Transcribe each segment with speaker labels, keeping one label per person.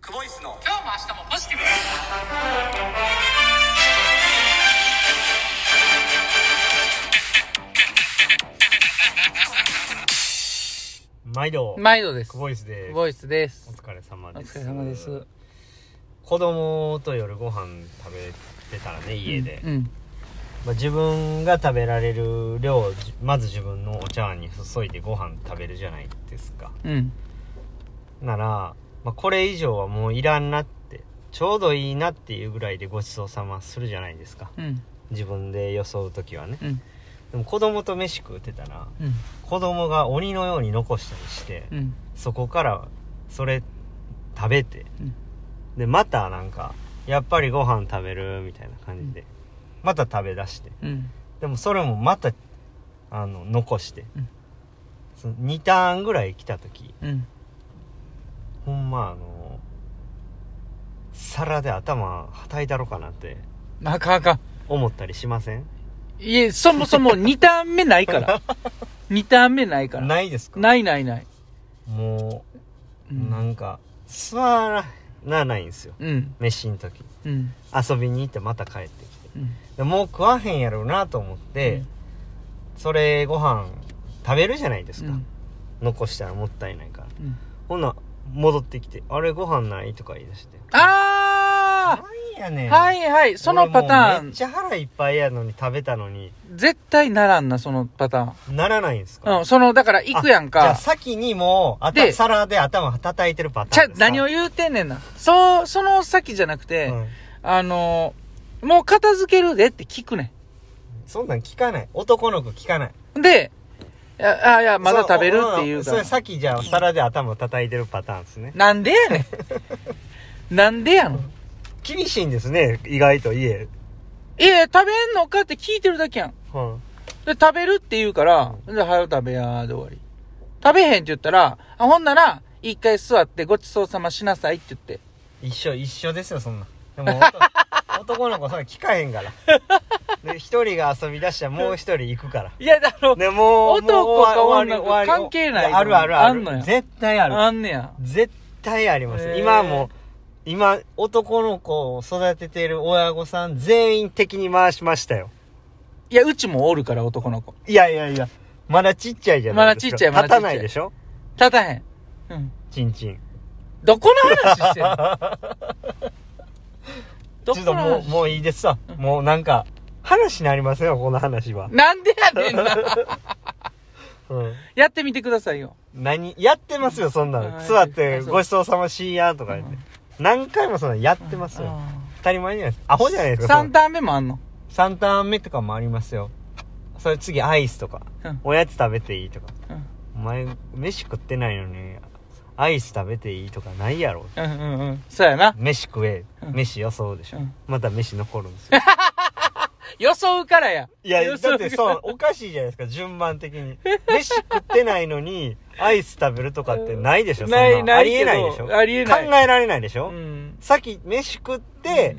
Speaker 1: クボイスの
Speaker 2: 今日も明日もポジティブに
Speaker 3: 毎度
Speaker 2: 毎度です
Speaker 3: クボイスです
Speaker 2: ボイスです
Speaker 3: お疲れ様
Speaker 2: お
Speaker 3: です
Speaker 2: 疲れ様です
Speaker 3: 子供と夜ご飯食べてたらね家で、
Speaker 2: うん
Speaker 3: まあ、自分が食べられる量をじまず自分のお茶碗に注いでご飯食べるじゃないですか
Speaker 2: うん
Speaker 3: なら、まあ、これ以上はもういらんなってちょうどいいなっていうぐらいでごちそうさまするじゃないですか
Speaker 2: うん
Speaker 3: 自分で装う時はね
Speaker 2: うん
Speaker 3: でも子供と飯食うてたら
Speaker 2: うん
Speaker 3: 子供が鬼のように残したりして、
Speaker 2: うん
Speaker 3: そこからそれ食べて、
Speaker 2: うん
Speaker 3: でまたなんかやっぱりご飯食べるみたいな感じで、また食べだして
Speaker 2: うん
Speaker 3: でもそれもまたあの残して、
Speaker 2: うん
Speaker 3: その2ターンぐらい来た時
Speaker 2: うん
Speaker 3: ほんまあの皿で頭はたいたろかなって
Speaker 2: なかなか
Speaker 3: 思ったりしません
Speaker 2: いえそもそも2ターン目ない から2ターン目ないから
Speaker 3: ないですか
Speaker 2: ないないない
Speaker 3: も
Speaker 2: う
Speaker 3: う、
Speaker 2: ん
Speaker 3: なんか座らなないんですよ
Speaker 2: うん
Speaker 3: 飯の時
Speaker 2: うん
Speaker 3: 遊びに行ってまた帰ってきて
Speaker 2: うん
Speaker 3: でもう食わへんやろうなと思って、
Speaker 2: うん
Speaker 3: それご飯食べるじゃないです
Speaker 2: う
Speaker 3: か、
Speaker 2: ん
Speaker 3: 残したらもったいないから
Speaker 2: うん
Speaker 3: ほんな戻ってきて「あれご飯ない?」とか言い出して
Speaker 2: あ
Speaker 3: 「なんやね
Speaker 2: ー
Speaker 3: ん」
Speaker 2: はいはいそのパタ
Speaker 3: 俺もうめっ
Speaker 2: ー
Speaker 3: ちゃ腹いっぱいやのに食べたのに
Speaker 2: ン絶対ならんなそのパタ
Speaker 3: ならないんです
Speaker 2: ーン
Speaker 3: か、
Speaker 2: うんそのだから行くやん
Speaker 3: あじゃ
Speaker 2: か
Speaker 3: あ先にもうあ
Speaker 2: で
Speaker 3: た皿で頭叩いてるパ
Speaker 2: ち
Speaker 3: ター
Speaker 2: ゃ
Speaker 3: ンですか
Speaker 2: 何を言うてんねんなそうその先じゃなくて、
Speaker 3: うん
Speaker 2: あのーもう片付けるでって聞くね
Speaker 3: そんなん聞かない男の子聞かない
Speaker 2: ん。で、いや、あいや、まだ食べるって言う
Speaker 3: そ
Speaker 2: か
Speaker 3: それ
Speaker 2: ら。
Speaker 3: 先じゃあ皿で頭叩いてるパターンですね
Speaker 2: なんでやね ん。なんでやの
Speaker 3: 厳しいんですね意外と家、
Speaker 2: いや、食べんのかって聞いてるだけやん。
Speaker 3: うん
Speaker 2: で、食べるって言うから、で、早よ食べやーで終わり。食べへんって言ったら、あほんなら、一回座ってごちそうさましなさいって言って。
Speaker 3: 一緒一緒ですよそんなで も男男の子それ聞かへんからで一人が遊び出したらもう一人行くから
Speaker 2: いや、だろ、
Speaker 3: でもう
Speaker 2: 男
Speaker 3: もう終わ
Speaker 2: か
Speaker 3: 終
Speaker 2: 女
Speaker 3: わ
Speaker 2: か
Speaker 3: り終わり
Speaker 2: 関係ない
Speaker 3: であるあるある
Speaker 2: あんのや
Speaker 3: 絶対ある
Speaker 2: あんねや。
Speaker 3: 絶対あります
Speaker 2: へー
Speaker 3: 今もう今男の子を育ててる親御さん全員敵に回しましたよ
Speaker 2: いや、うちもおるから、男の子。
Speaker 3: いやいやいやまだちっちゃいじゃないで
Speaker 2: まだち
Speaker 3: すか
Speaker 2: っちゃいまだちっち
Speaker 3: 立
Speaker 2: ゃい
Speaker 3: たないでしょ
Speaker 2: 立たへん。うん。
Speaker 3: ちんちん
Speaker 2: どこの話してんのど
Speaker 3: ち
Speaker 2: この
Speaker 3: ょっとも
Speaker 2: 話
Speaker 3: うもういいですわもうなんか話になりませんよこの話は、
Speaker 2: なんでやねんな。
Speaker 3: うん
Speaker 2: やってみてくださいよ。
Speaker 3: 何やってますよそんな
Speaker 2: あ
Speaker 3: の
Speaker 2: ー
Speaker 3: 座って
Speaker 2: あそう
Speaker 3: ごちそうさましいやとか言って何回もそんなのやってますよ当たり前じゃないですかアホじゃないですか
Speaker 2: 3ターン目もあんの。
Speaker 3: その三ターン目とかもありますよそれ次アイスとか
Speaker 2: うん
Speaker 3: おやつ食べていいとか
Speaker 2: うん
Speaker 3: お前飯食ってないのにアイス食べていいとかないやろ
Speaker 2: うんうんうん。そうやな。
Speaker 3: 飯食え
Speaker 2: うん
Speaker 3: 飯よそうでしょ
Speaker 2: うん
Speaker 3: また飯残るん ですよ
Speaker 2: 予想からや。
Speaker 3: いや
Speaker 2: 予
Speaker 3: だ
Speaker 2: 想
Speaker 3: ってそうおかしいじゃないですか順番的に飯食ってないのにアイス食べるとかってないでしょそ ん
Speaker 2: ない、ない。
Speaker 3: ありえないでしょ
Speaker 2: ありえない。
Speaker 3: 考えられないでしょ、
Speaker 2: うん。
Speaker 3: さっき飯食って、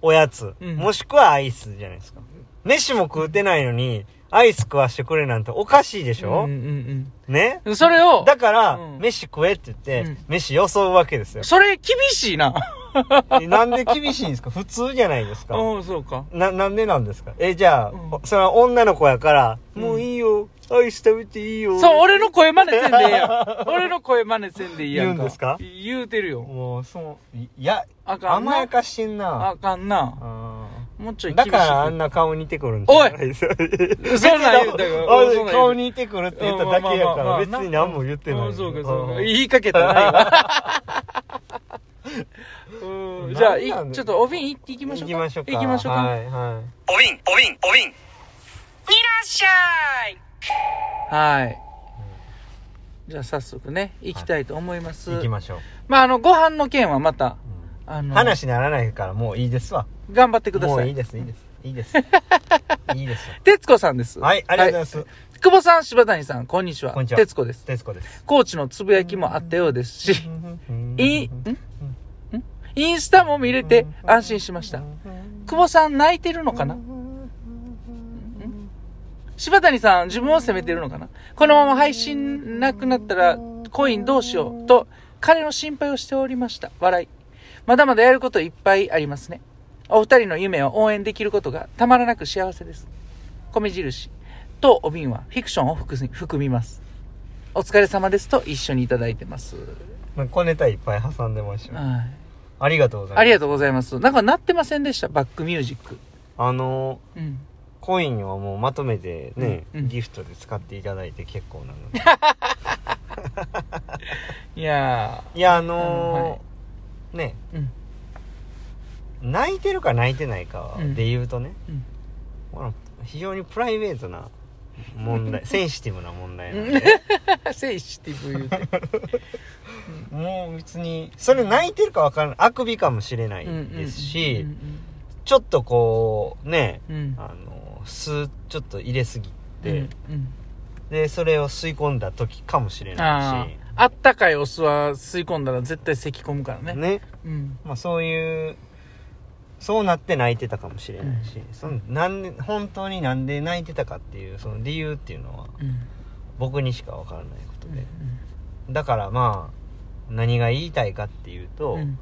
Speaker 3: おやつ、
Speaker 2: うん
Speaker 3: もしくはアイスじゃないですか。飯も食うてないのに、アイス食わしてくれなんておかしいでしょ、
Speaker 2: うんうん
Speaker 3: ね
Speaker 2: うん。それを、
Speaker 3: だから、
Speaker 2: うん
Speaker 3: 飯食えって言って、
Speaker 2: うん
Speaker 3: 飯予想うわけですよ。
Speaker 2: それ厳しいな。
Speaker 3: えなんで厳しいんですか普通じゃないですか。
Speaker 2: うん、そうか。
Speaker 3: な、なんでなんですかえ、じゃあ、
Speaker 2: うん
Speaker 3: おそれは女の子やから、
Speaker 2: うん
Speaker 3: もういいよ、アイス食べていいよ。
Speaker 2: そう、俺の声真似せんでええやん。俺の声真似せんでいいやんか。
Speaker 3: 言うんですか
Speaker 2: 言うてるよ。
Speaker 3: もう、そう、いいや、
Speaker 2: あかんな。
Speaker 3: 甘やかしてんな。
Speaker 2: あかんな。
Speaker 3: あー
Speaker 2: もうちょい厳
Speaker 3: だ
Speaker 2: しい。
Speaker 3: からあんな顔似てくるんじゃないそん
Speaker 2: そんなん言うたようんそんなん言うた
Speaker 3: 顔似てくるって言っただけやから
Speaker 2: うん
Speaker 3: 別
Speaker 2: まあまあまあ
Speaker 3: に何も言ってない
Speaker 2: うんそうかそうか
Speaker 3: ん
Speaker 2: 言いかけたない わうんじゃあい
Speaker 3: なんなん
Speaker 2: ちょっとお瓶行っていきましょ
Speaker 3: 行
Speaker 2: う
Speaker 3: きましょうか
Speaker 2: 行きましょうか、
Speaker 3: はいは
Speaker 1: おびんおびんおびん
Speaker 2: いらっしゃいはいじゃあ早速ね行きたいと思います、
Speaker 3: い行きましょう
Speaker 2: まああのご飯の件はまた
Speaker 3: う
Speaker 2: あ
Speaker 3: ん
Speaker 2: の
Speaker 3: 話にならないからもういいですわ
Speaker 2: 頑張ってくだ
Speaker 3: も
Speaker 2: さ
Speaker 3: う
Speaker 2: い
Speaker 3: いいですいいですいいですいいですわ
Speaker 2: 徹子さんです
Speaker 3: はいありがとうござい
Speaker 2: は
Speaker 3: ます
Speaker 2: い久保さん柴谷さんこんにちは
Speaker 3: こんにちは
Speaker 2: 徹子です
Speaker 3: 徹子です
Speaker 2: コーチのつぶやきもあったようですしいんんインスタも見れて安心しました久保さん泣いてるのかな柴谷さん、自分を責めてるのかなこのまま配信なくなったら、コインどうしようと、彼の心配をしておりました。笑い。まだまだやることいっぱいありますね。お二人の夢を応援できることがたまらなく幸せです。米印とお瓶はフィクションを含み含みます。お疲れ様ですと一緒にいただいてます。
Speaker 3: まあ小ネタいっぱい挟んでますよ
Speaker 2: はい
Speaker 3: ありがとうございます
Speaker 2: ありが
Speaker 3: と
Speaker 2: とう
Speaker 3: う
Speaker 2: ございます。なんかなってませんでした、バックミュージック。
Speaker 3: あの
Speaker 2: うん。
Speaker 3: コインはもうまとめてね、
Speaker 2: うんうん
Speaker 3: ギフトで使っていただいて結構なので
Speaker 2: いや
Speaker 3: いやあのーね
Speaker 2: ー、うん。
Speaker 3: 泣いてるか泣いてないか
Speaker 2: うん
Speaker 3: で言うとね、
Speaker 2: うん
Speaker 3: この非常にプライベートな 問題センシティブな問題なんで
Speaker 2: センシティブ言うて。
Speaker 3: もう別にそれ泣いてるか分からないあくびかもしれないですし、
Speaker 2: うん
Speaker 3: ちょっとこうね
Speaker 2: うんうん。
Speaker 3: あの酢ちょっと入れすぎて、
Speaker 2: うん
Speaker 3: でそれを吸い込んだ時かもしれな
Speaker 2: あ
Speaker 3: い
Speaker 2: ああったかいお酢は吸い込んだら絶対咳込むからね
Speaker 3: しね、
Speaker 2: うん
Speaker 3: まあ、そういうそうなって泣いてたかもしれないし、そのなんで本当になんで泣いてたかっていうその理由っていうのは
Speaker 2: うん
Speaker 3: 僕にしか分からないこと
Speaker 2: うん
Speaker 3: で、だからまあ何が言いたいかっていうと、
Speaker 2: うん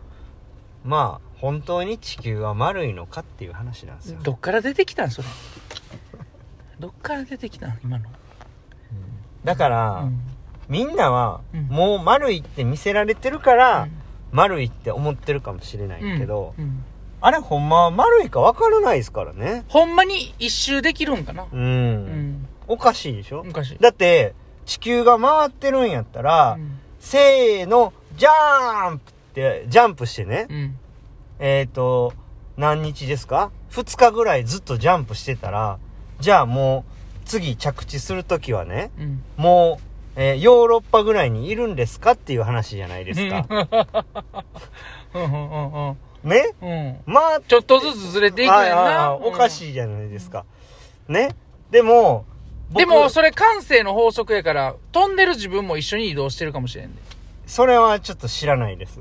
Speaker 3: まあ本当に地球は丸いのかっていう話なんですよ、
Speaker 2: どっから出てきたんそれどっから出てきたん今の
Speaker 3: だから、
Speaker 2: うん
Speaker 3: みんなは
Speaker 2: うん
Speaker 3: もう丸いって見せられてるから、丸いって思ってるかもしれないけど、
Speaker 2: うんうん
Speaker 3: あれほんまは丸いか分からないですからね
Speaker 2: ほんまに一周できるんかな
Speaker 3: うん、
Speaker 2: うん
Speaker 3: おかしいでしょ、
Speaker 2: 昔
Speaker 3: だって地球が回ってるんやったら、
Speaker 2: うん
Speaker 3: せーのジャンプってジャンプしてね、
Speaker 2: うん
Speaker 3: えっ、と何日ですか2日ぐらいずっとジャンプしてたらじゃあもう次着地する時はね
Speaker 2: うん
Speaker 3: もう、えーヨーロッパぐらいにいるんですかっていう話じゃないですか、
Speaker 2: うんうんうん
Speaker 3: ね
Speaker 2: うんうん
Speaker 3: まあ
Speaker 2: ちょっとずつずれていく
Speaker 3: はい
Speaker 2: ねん
Speaker 3: はい
Speaker 2: な
Speaker 3: はいおか
Speaker 2: い
Speaker 3: しいじゃないですか。ねでも、僕
Speaker 2: でもそれ感性の法則やから飛んでる自分も一緒に移動してるかもしれんで
Speaker 3: それはちょっと知らな いです。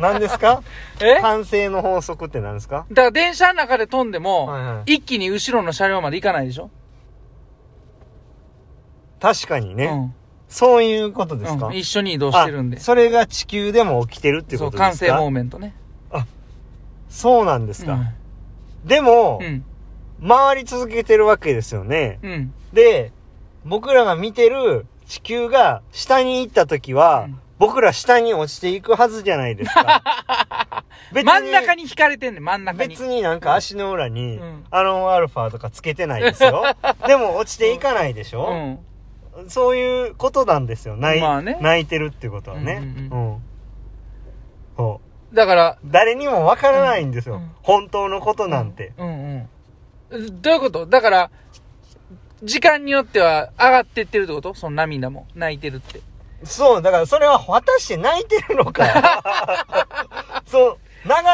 Speaker 3: 何ですか
Speaker 2: え
Speaker 3: 完成の法則って何ですか
Speaker 2: だから電車の中で飛んでも、
Speaker 3: はいは
Speaker 2: 一気に後ろの車両まで行かないでしょ
Speaker 3: 確かにね、
Speaker 2: うん
Speaker 3: そういうことですか、
Speaker 2: うん一緒に移動してるんで。
Speaker 3: あそれが地球でも起きてるって
Speaker 2: そ
Speaker 3: こ
Speaker 2: う、
Speaker 3: とで
Speaker 2: 完
Speaker 3: す
Speaker 2: 成モー
Speaker 3: か
Speaker 2: メントね。
Speaker 3: そうなんです
Speaker 2: う
Speaker 3: か、
Speaker 2: ん
Speaker 3: でも、
Speaker 2: うん。
Speaker 3: 回り続けてるわけですよね。
Speaker 2: うん。
Speaker 3: で、僕らが見てる地球が下に行った時は、
Speaker 2: うん
Speaker 3: 僕ら下に落ちていくはずじゃないで すか。別
Speaker 2: 真ん中に引かれてんねん真ん中に。
Speaker 3: 別になんか足の裏に、
Speaker 2: うん
Speaker 3: アロンアルファとかつけてないで すよ。でも落ちていかないでし
Speaker 2: う
Speaker 3: ょ、
Speaker 2: ん。
Speaker 3: そういうことなんですよ。泣い,、
Speaker 2: まあね
Speaker 3: 泣いてるってことはね。
Speaker 2: う
Speaker 3: うんん
Speaker 2: う
Speaker 3: そ
Speaker 2: だから、
Speaker 3: う誰にもわからないんですよ、
Speaker 2: うんうん
Speaker 3: 本当のことなんて。
Speaker 2: うんうん。どういうことだから、時間によっては上がってってるってことその涙も。泣いてるって。
Speaker 3: そう、だからそれは果たして泣いてるのか。 そう、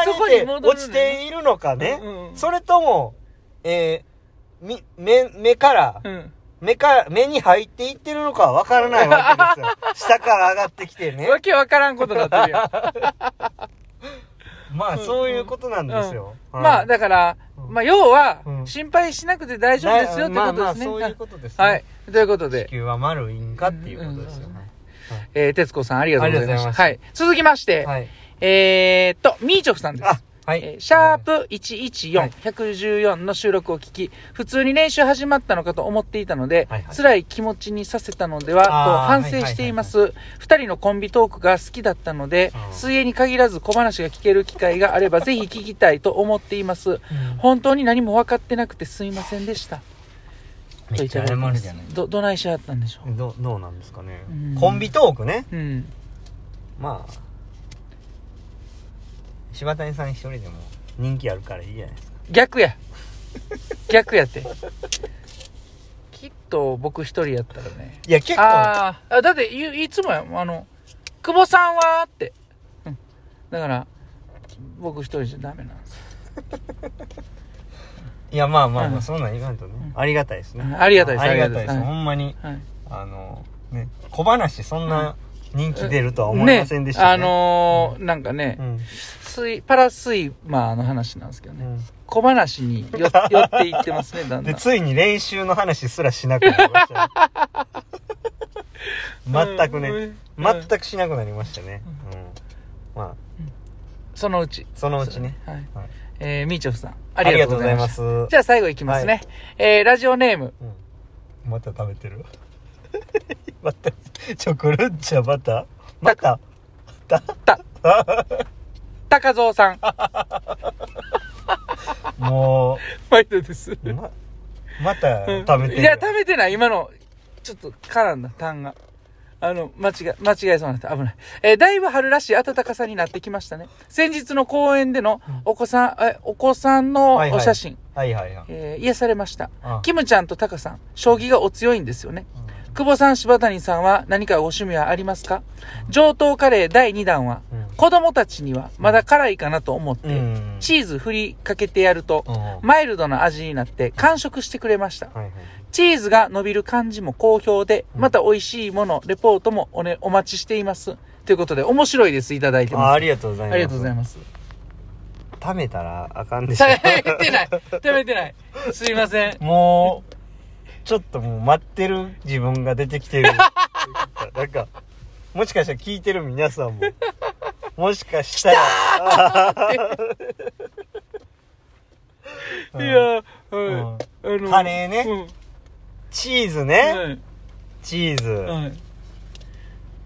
Speaker 2: そこに
Speaker 3: 流れて
Speaker 2: 戻るのね
Speaker 3: 落ちているのかね。
Speaker 2: うんうん
Speaker 3: それとも、えーみ、目、目から、
Speaker 2: うん。
Speaker 3: 目から、目に入っていってるのかはわからないわけです よ。下から上がってきてね。
Speaker 2: わけわからんことになってるよ。
Speaker 3: まあ、そういうことなんですよ。はい
Speaker 2: まあ、だから、まあ、要は
Speaker 3: う、ん
Speaker 2: 心配しなくて大丈夫ですよってことですね。
Speaker 3: まあまあ、そういうことです、ね。
Speaker 2: はい。ということ
Speaker 3: 地
Speaker 2: で、
Speaker 3: 球は丸いんかっていうことですよ
Speaker 2: うん
Speaker 3: ね。
Speaker 2: えー、徹子さんありがとうございまし
Speaker 3: ありがとうござい
Speaker 2: た。
Speaker 3: ました
Speaker 2: はい。続きまして、
Speaker 3: はい。
Speaker 2: えーっと、みーちょくさんです。
Speaker 3: あ、はい。
Speaker 2: えーシャー
Speaker 3: は
Speaker 2: プ114、
Speaker 3: はい
Speaker 2: 114の収録を聞き、普通に練習始まったのかと思っていたので、
Speaker 3: はいはい
Speaker 2: 辛い気持ちにさせたのではと
Speaker 3: あ
Speaker 2: 反
Speaker 3: ー
Speaker 2: 省しています。二、人のコンビトークが好きだったので、
Speaker 3: うん
Speaker 2: 水泳に限らず小話が聞ける機会があればぜひ聞きたいと思っています。
Speaker 3: い。
Speaker 2: 本当に何も分かってなくてすいませんでした。
Speaker 3: めっちゃ
Speaker 2: とた
Speaker 3: 謝
Speaker 2: だい
Speaker 3: る
Speaker 2: て
Speaker 3: じゃ
Speaker 2: ま
Speaker 3: ない
Speaker 2: す。ど、どないしはったんでしょ
Speaker 3: どうどうなんですかね、
Speaker 2: うん
Speaker 3: コンビトークね
Speaker 2: う。うん。
Speaker 3: まあ柴谷さん一人でも人気あるからいいじゃないですか
Speaker 2: 逆 や逆やってきっと僕一人やったらね
Speaker 3: いや結構
Speaker 2: あーあだっていいつもやあの「久保さんは?」って、うん、だから僕一人じゃダメなんですよ
Speaker 3: いやまあまあま
Speaker 2: うん
Speaker 3: あそんなん言わんとね、
Speaker 2: ん
Speaker 3: ありがたいですね、
Speaker 2: うんありがたいです
Speaker 3: ありがたいです、
Speaker 2: ありがたいです
Speaker 3: ほんまに
Speaker 2: はい
Speaker 3: あのね小話そんな人気出るとは思い
Speaker 2: ね
Speaker 3: ませんでした
Speaker 2: あ
Speaker 3: ね,、
Speaker 2: のーなんかね、
Speaker 3: うん
Speaker 2: 水パラスイマーの話なんですけど
Speaker 3: う
Speaker 2: ね、
Speaker 3: ん
Speaker 2: 小話に よ寄っていってますねだんだ
Speaker 3: で
Speaker 2: ん
Speaker 3: ついに練習の話すらしなくなりました ね全くね、
Speaker 2: うん
Speaker 3: 全くしなくなりましたね、うんまあ
Speaker 2: そのうち
Speaker 3: そのうちね
Speaker 2: はい、
Speaker 3: はい
Speaker 2: えー、みーちょふさんあ
Speaker 3: あ
Speaker 2: り
Speaker 3: り
Speaker 2: が
Speaker 3: が
Speaker 2: と
Speaker 3: と
Speaker 2: う
Speaker 3: う
Speaker 2: ご
Speaker 3: ご
Speaker 2: ざ
Speaker 3: ざ
Speaker 2: い
Speaker 3: い
Speaker 2: ま
Speaker 3: ますす
Speaker 2: じゃあ最後いきますね、えー、ラジオネーム
Speaker 3: うんまた食べてる またチョコルンチャまたまた
Speaker 2: たかぞうさん
Speaker 3: も
Speaker 2: 毎度です
Speaker 3: うままた
Speaker 2: うん
Speaker 3: 食べてる
Speaker 2: いや食べてない今のちょっと絡んだ単があの間違え間違えそうになった危ない、えーだいぶ春らしい暖かさになってきましたね先日の公園でのお子さん、えお子さんの
Speaker 3: はいはい
Speaker 2: お写真、
Speaker 3: はいはいはい
Speaker 2: えー癒されました
Speaker 3: あ
Speaker 2: キムちゃんとタカさん将棋がお強いんですよね
Speaker 3: う
Speaker 2: 久保さん柴谷さんは何かご趣味はありますか上等カレー第2弾は
Speaker 3: ん
Speaker 2: 子供たちにはまだ辛いかなと思って、
Speaker 3: うん
Speaker 2: チーズ振りかけてやると、
Speaker 3: うんは
Speaker 2: マイルドな味になって完食してくれました
Speaker 3: いはい
Speaker 2: チーズが伸びる感じも好評で、
Speaker 3: うん
Speaker 2: また美味しいもの、レポートもお,、ね、お待ちしています。ということで、面白いです。いただいて
Speaker 3: あ
Speaker 2: ます。
Speaker 3: ありがとうござい
Speaker 2: あ
Speaker 3: ます
Speaker 2: りがとうございます。
Speaker 3: 食べたらあかんでしょ
Speaker 2: 食べてない食べてないすいません。
Speaker 3: もう、ちょっともう待ってる自分が出てき てる。なんか、もしかしたら聞いてる皆さん も、もしかしたら、うん
Speaker 2: いやー、
Speaker 3: う
Speaker 2: はい。
Speaker 3: ん
Speaker 2: あの
Speaker 3: カレーね
Speaker 2: うん
Speaker 3: チーズね、
Speaker 2: はい
Speaker 3: チーズ。
Speaker 2: はい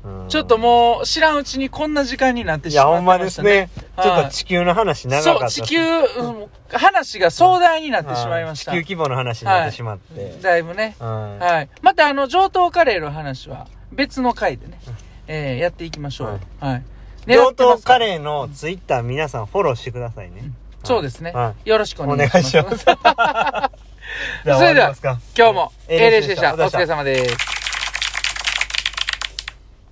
Speaker 3: うん
Speaker 2: ちょっともう、知らんうちにこんな時間になって
Speaker 3: い
Speaker 2: しま
Speaker 3: や、
Speaker 2: っ
Speaker 3: ほ
Speaker 2: て
Speaker 3: んま
Speaker 2: ま
Speaker 3: で
Speaker 2: し
Speaker 3: す
Speaker 2: たね
Speaker 3: ね。。ちょっと地球の話長かっ
Speaker 2: そう、
Speaker 3: たです
Speaker 2: 地
Speaker 3: ね。
Speaker 2: 球、うん話が壮大になってしまいました
Speaker 3: うん地。球規模の話になってしまって。
Speaker 2: だいぶね。
Speaker 3: うん
Speaker 2: はい。また、あの、上等カレーの話は、別の回でね、えー、やっていきましょう。はい。
Speaker 3: 上等カ
Speaker 2: ー。
Speaker 3: レーのツイッター皆さんフォローしてくださいね。
Speaker 2: そうですね
Speaker 3: は。
Speaker 2: よろしくお
Speaker 3: お
Speaker 2: 願
Speaker 3: 願
Speaker 2: い
Speaker 3: い
Speaker 2: します。
Speaker 3: します。じゃあ終わりますか
Speaker 2: 今日も、
Speaker 3: A 練
Speaker 2: A
Speaker 3: 習
Speaker 2: 練習で
Speaker 3: でした
Speaker 2: した。お疲れ様です。